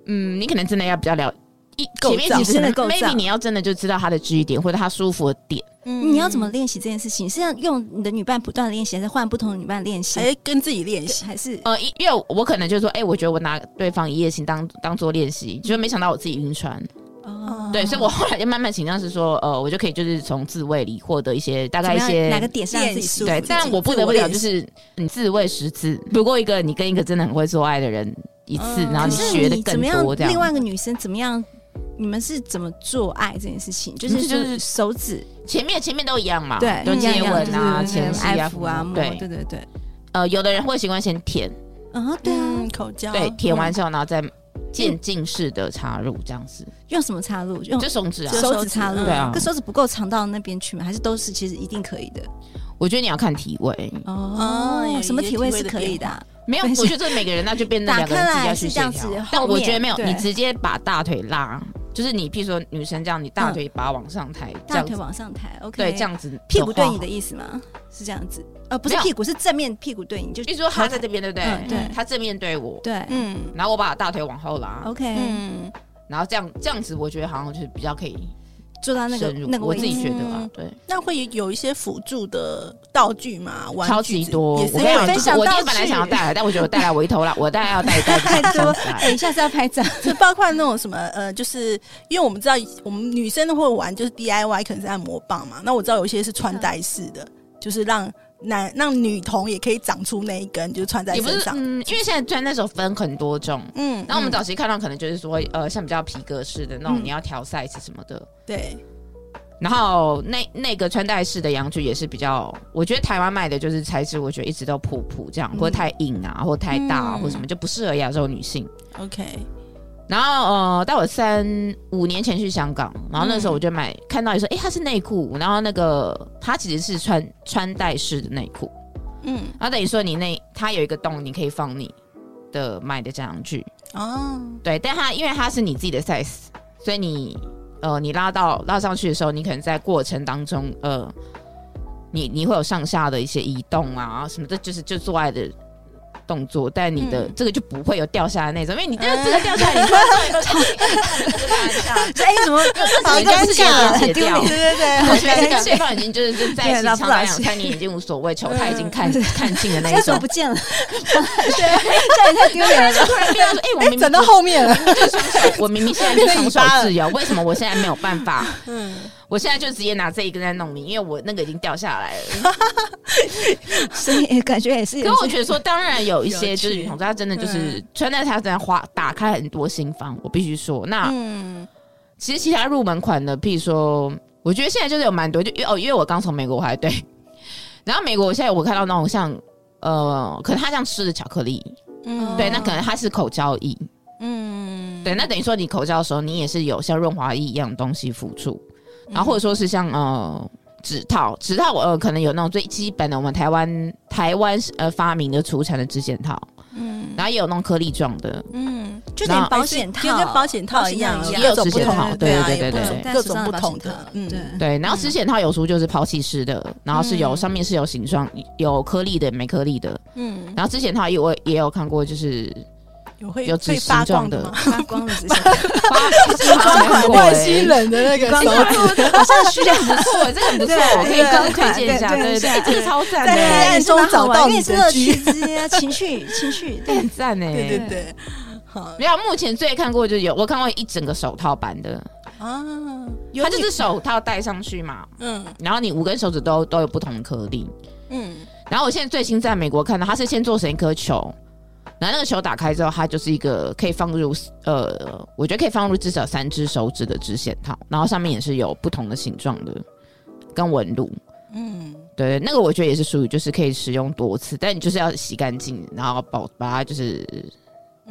Speaker 1: 嗯你可能真的要比较了。一
Speaker 3: 构
Speaker 1: 前面
Speaker 3: 造
Speaker 1: 其实
Speaker 2: 真的构造
Speaker 1: maybe 你要真的就知道他的据点或者他舒服的点，
Speaker 3: 嗯
Speaker 2: 你要怎么练习这件事情？是要用你的女伴不断地练习，还是换不同的女伴练习
Speaker 3: 还？是跟自己练习？
Speaker 2: 还是
Speaker 1: 哎呃，因因为我可能就说，哎、我觉得我拿对方一夜情当当做练习，就没想到我自己晕船，
Speaker 2: 哦
Speaker 1: 对，所以我后来就慢慢倾向是说，呃，我就可以就是从自慰里获得一些大概一
Speaker 2: 怎么样
Speaker 1: 些
Speaker 2: 哪个点是让自己舒服
Speaker 1: 对
Speaker 2: 的？，
Speaker 1: 但我不得不
Speaker 3: 自我
Speaker 1: 讲，
Speaker 3: 练
Speaker 1: 就
Speaker 3: 习
Speaker 1: 是你自慰十次，不过一个你跟一个真的很会做爱的人一次，
Speaker 3: 嗯
Speaker 1: 然后
Speaker 2: 可
Speaker 1: 你
Speaker 2: 是
Speaker 1: 学的
Speaker 2: 你怎
Speaker 1: 更
Speaker 2: 么样
Speaker 1: 多这？样。
Speaker 2: 另外一个女生怎么样？你们是怎么做爱这件事情？就是
Speaker 1: 嗯
Speaker 2: 就
Speaker 1: 就是是
Speaker 2: 手指
Speaker 1: 前面前面都一样嘛，
Speaker 2: 对，
Speaker 1: 都
Speaker 2: 一样一
Speaker 1: 接
Speaker 2: 样
Speaker 1: 吻啊、
Speaker 2: 就是
Speaker 1: 前戏
Speaker 2: 爱
Speaker 1: 啊、
Speaker 2: 抚啊、摸，
Speaker 1: 对
Speaker 2: 对，对对，
Speaker 1: 呃，有的人会习惯先舔，
Speaker 2: 啊对啊
Speaker 3: 嗯，，口交
Speaker 1: 对，舔完之后，然后再渐进式的插入这样子，
Speaker 2: 用什么插入？用
Speaker 1: 就手指啊
Speaker 3: 就。
Speaker 2: 手指插入，
Speaker 1: 对啊
Speaker 2: 可手指不够长到那边去吗？还是都是其实一定可以的？
Speaker 1: 我觉得你要看体位，
Speaker 3: 哦有
Speaker 2: 什么
Speaker 3: 一些
Speaker 2: 体位
Speaker 3: 体位
Speaker 2: 是
Speaker 3: 的
Speaker 2: 可
Speaker 3: 变
Speaker 2: 以的啊、
Speaker 1: 没有，
Speaker 2: 没事
Speaker 1: 我觉得每个人那就变成两个人自己要去协
Speaker 2: 打开来是这样
Speaker 1: 调
Speaker 2: 子。
Speaker 1: 但
Speaker 2: 后
Speaker 1: 我
Speaker 2: 面
Speaker 1: 觉得没有，
Speaker 2: 对
Speaker 1: 你直接把大腿拉，就是你，譬如说女生这样，你大腿把它往上抬，这
Speaker 2: 大
Speaker 1: 样
Speaker 2: 腿
Speaker 1: 子，
Speaker 2: 往上抬，OK，
Speaker 1: 对，这样子的话，
Speaker 2: 屁股嗯对你的意思吗？是这样子，呃，不是
Speaker 1: 没有
Speaker 2: 屁股，是正面屁股对你，就
Speaker 1: 比如说他在这边，对不对？
Speaker 2: 嗯对
Speaker 1: 他正面对我，
Speaker 2: 对、哦
Speaker 3: 嗯
Speaker 1: 然后我把大腿往后拉，
Speaker 2: o k
Speaker 3: 嗯，
Speaker 1: 然后这样这样子，我觉得好像就是比较可以
Speaker 2: 做到那个
Speaker 1: 深入。
Speaker 2: 那个
Speaker 1: 我
Speaker 2: 位
Speaker 1: 自
Speaker 2: 置，
Speaker 1: 己觉得啊
Speaker 3: 嗯，
Speaker 1: 对，
Speaker 3: 那会有一些辅助的道具嘛？玩具
Speaker 1: 超级
Speaker 3: 之
Speaker 1: 多。我
Speaker 3: 也是
Speaker 1: 跟你讲，
Speaker 2: 分
Speaker 1: 就是
Speaker 2: 享
Speaker 1: 我今
Speaker 2: 道
Speaker 1: 天本来想要带来，但我觉得我带来我一头拉，我带来要带一
Speaker 2: (laughs)
Speaker 1: 袋
Speaker 2: 太多
Speaker 1: 上次，
Speaker 2: 哎、
Speaker 1: 来
Speaker 2: 下次要拍
Speaker 1: (laughs)
Speaker 2: 照，
Speaker 3: 就包括那种什么呃，就是因为我们知道我们女生都会玩，就是 DIY 可能是按摩棒嘛。那我知道有一些是穿戴式的，就是让男让女童也可以长出那一根，就是穿在
Speaker 1: 也不
Speaker 3: 身
Speaker 1: 是
Speaker 3: 上。
Speaker 1: 嗯，因为现在专那时候分很多种。
Speaker 3: 嗯，
Speaker 1: 然后我们
Speaker 3: 找
Speaker 1: 早期看到可能就是说，呃，像比较皮革式的那种，
Speaker 3: 嗯
Speaker 1: 你要调 size 什么的。
Speaker 3: 对，
Speaker 1: 然后那那个穿戴式的洋具也是比较，我觉得台湾卖的就是材质，我觉得一直都普普这样，
Speaker 3: 嗯
Speaker 1: 或者太硬啊，或太大、啊，
Speaker 3: 嗯
Speaker 1: 或什么就不适合亚洲女性。
Speaker 3: OK，
Speaker 1: 然后呃，到我三五年前去香港，然后那
Speaker 3: 嗯
Speaker 1: 时候我就买、看到一说，诶，它是内裤，然后那个它其实是穿穿戴式的内裤，
Speaker 3: 嗯，
Speaker 1: 然后等于说你那它有一个洞，你可以放你的买的这样具，
Speaker 3: 哦，
Speaker 1: 对，但它因为它是你自己的 size，所以你呃你拉到拉上去的时候，你可能在过程当中呃，你你会有上下的一些移动啊什么的，就是就做爱的。动作，但你的、
Speaker 3: 嗯
Speaker 1: 这个就不会有掉下来那种，因为你这个这个掉下来，你突然做一个这个掉下来，
Speaker 2: 哎、怎
Speaker 3: (laughs)
Speaker 2: 么
Speaker 1: 好应该是有人解掉
Speaker 3: 对。
Speaker 2: (laughs)
Speaker 3: 对对，
Speaker 1: 我
Speaker 3: 好
Speaker 1: 觉得
Speaker 3: 像
Speaker 1: 这个对方已经就是就在一起
Speaker 2: 对老
Speaker 1: 长
Speaker 2: 夫
Speaker 1: 达
Speaker 2: 老
Speaker 1: 两
Speaker 2: 妻
Speaker 1: 三年已经无所谓，球他已经看看清的那
Speaker 2: 现 (laughs) 在
Speaker 1: 一
Speaker 2: 说
Speaker 1: 种
Speaker 2: 不。见了？对，这也太丢脸了吧。
Speaker 1: 突然变成说，哎，我明
Speaker 3: 哎，
Speaker 1: 明
Speaker 3: 整到后面了，
Speaker 1: 我明明现在
Speaker 3: (laughs)
Speaker 1: 就双手自由，为什么我现在没有办法？
Speaker 3: 嗯，
Speaker 1: 我现在就直接拿这一根在弄你，因为我那个已经掉下来了。
Speaker 3: (laughs)
Speaker 2: 所以感觉也是有
Speaker 1: 可我
Speaker 2: 一些，
Speaker 1: 觉得说，当然有一些
Speaker 3: 有趣嗯
Speaker 1: 就是女同志，她真的就是穿戴她真的花打开很多心房，我必须说。那
Speaker 3: 嗯，
Speaker 1: 其实其他入门款的，譬如说，我觉得现在就是有蛮多，就因为哦，因为我刚从美国回来，对。然后美国现在我看到那种像呃，可能他像吃的巧克力，
Speaker 3: 嗯
Speaker 1: 对，那可能它是口交液，
Speaker 3: 嗯，
Speaker 1: 对，那等于说你口交的时候，你也是有像润滑液一样的东西辅助，然后或者说是像呃指套，指套呃可能有那种最基本的我们台湾台湾呃发明的出产的指检套，
Speaker 3: 嗯
Speaker 1: 然后也有那种颗粒状的，
Speaker 3: 嗯，
Speaker 2: 就连
Speaker 1: 那
Speaker 2: 保险套，
Speaker 3: 就跟保险套一样，
Speaker 2: 保
Speaker 1: 也
Speaker 2: 险
Speaker 1: 有
Speaker 2: 套
Speaker 3: 各种不
Speaker 1: 指甲
Speaker 3: 同
Speaker 1: 套
Speaker 3: 的，对啊
Speaker 1: 对对
Speaker 3: 有
Speaker 1: 对
Speaker 3: 各
Speaker 1: 对
Speaker 3: 种
Speaker 2: 戴
Speaker 3: 各
Speaker 2: 手上
Speaker 3: 种不同
Speaker 2: 保
Speaker 3: 的，
Speaker 2: 险套对
Speaker 3: 嗯。
Speaker 1: 对，然后指检套有出就是抛弃式的，然后是有
Speaker 3: 嗯
Speaker 1: 上面是有形状，有颗粒的没颗粒的，
Speaker 3: 嗯，
Speaker 1: 然后指检套也我也有看过
Speaker 3: (laughs)
Speaker 1: 就是
Speaker 3: 有会
Speaker 1: 有
Speaker 3: 会
Speaker 1: 指
Speaker 3: 发
Speaker 1: 形状
Speaker 3: 光的
Speaker 1: 的
Speaker 3: 吗？
Speaker 2: 发光的指甲，
Speaker 3: (laughs)
Speaker 1: 发
Speaker 3: 款外星人的那个
Speaker 2: 光
Speaker 3: 手
Speaker 2: 款
Speaker 3: 指，
Speaker 1: 好像需要不错，这个很不错，
Speaker 2: 对
Speaker 1: 我可以跟
Speaker 2: 对
Speaker 1: 推荐一下，
Speaker 2: 对
Speaker 1: 对对
Speaker 2: 对
Speaker 1: 对，哎这个超赞
Speaker 3: 在黑
Speaker 1: 的，
Speaker 3: 暗中找到你的
Speaker 2: 趋
Speaker 3: 居
Speaker 2: 之啊， (laughs) 情趣情趣，
Speaker 1: 这
Speaker 2: 对
Speaker 1: (laughs) 很赞欸呢。
Speaker 3: 对对对，好
Speaker 1: 没有，目前最看过就是有我看过一整个手套版的，
Speaker 3: 啊，有
Speaker 1: 它就
Speaker 3: 你
Speaker 1: 是手套戴上去嘛，
Speaker 3: 嗯
Speaker 1: 然后你五根手指都都有不同的颗粒。
Speaker 3: 嗯
Speaker 1: 然后我现在最新在美国看到，它是先做成一颗球，然后那个球打开之后，它就是一个可以放入呃，我觉得可以放入至少三只手指的指线套，然后上面也是有不同的形状的跟纹路。
Speaker 3: 嗯
Speaker 1: 对，那个我觉得也是属于就是可以使用多次，但你就是要洗干净，然后保把它就是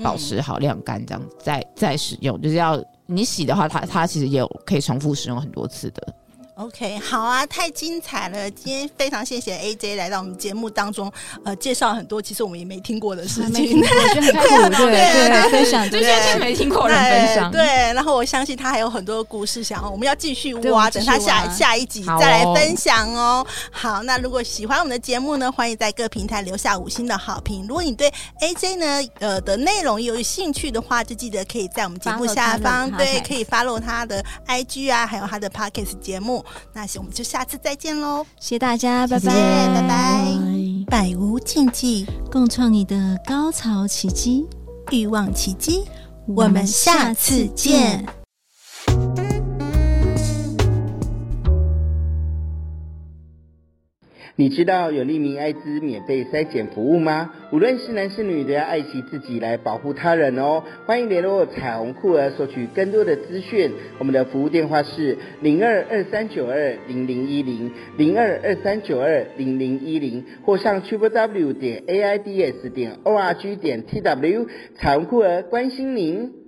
Speaker 1: 保持好晾干，这样再再使用，就是要你洗的话，它它其实也有可以重复使用很多次的。
Speaker 3: OK，好啊，太精彩了！今天非常谢谢 AJ 来到我们节目当中，呃，介绍很多其实我们也没听过的事
Speaker 4: 还没听。
Speaker 3: 情
Speaker 4: 过我觉得很开苦，对
Speaker 3: 对
Speaker 4: 对，分享
Speaker 1: 这
Speaker 4: 这
Speaker 1: 些
Speaker 4: 些
Speaker 1: 是没听过人分享，
Speaker 3: 哎对，然后我相信他还有很多故事想要，我们要继续
Speaker 4: 对我
Speaker 3: 挖，
Speaker 4: 们继
Speaker 3: 等
Speaker 4: 续
Speaker 3: 他下
Speaker 4: 挖
Speaker 3: 下一集
Speaker 1: 好哦
Speaker 3: 再来分享哦。好，那如果喜欢我们的节目呢，欢迎在各平台留下五星的好评。如果你对 AJ 呢呃的内容有兴趣的话，就记得可以在我们节目
Speaker 4: Follow
Speaker 3: 下
Speaker 4: 他的
Speaker 3: 方
Speaker 4: podcast
Speaker 3: 对可以 follow 他的 IG 啊，还有他的 Podcast 节目。那行我们就下次再见喽，
Speaker 2: 谢谢大家，拜
Speaker 1: 谢
Speaker 2: 拜，
Speaker 1: 谢
Speaker 3: 拜拜
Speaker 1: 拜
Speaker 3: 百无禁忌，
Speaker 2: 共创你的高潮奇迹，
Speaker 3: 欲望奇迹。
Speaker 2: 我们下次见。
Speaker 5: 你知道有利民艾滋免费筛检服务吗？无论是男是女，都要爱惜自己来保护他人哦。欢迎联络彩虹酷儿索取更多的资讯。我们的服务电话是零二二三九二零零一零零二二三九二零零一零，或上 triple w 点 a i d s 点 o r g 点 t w。彩虹酷儿关心您。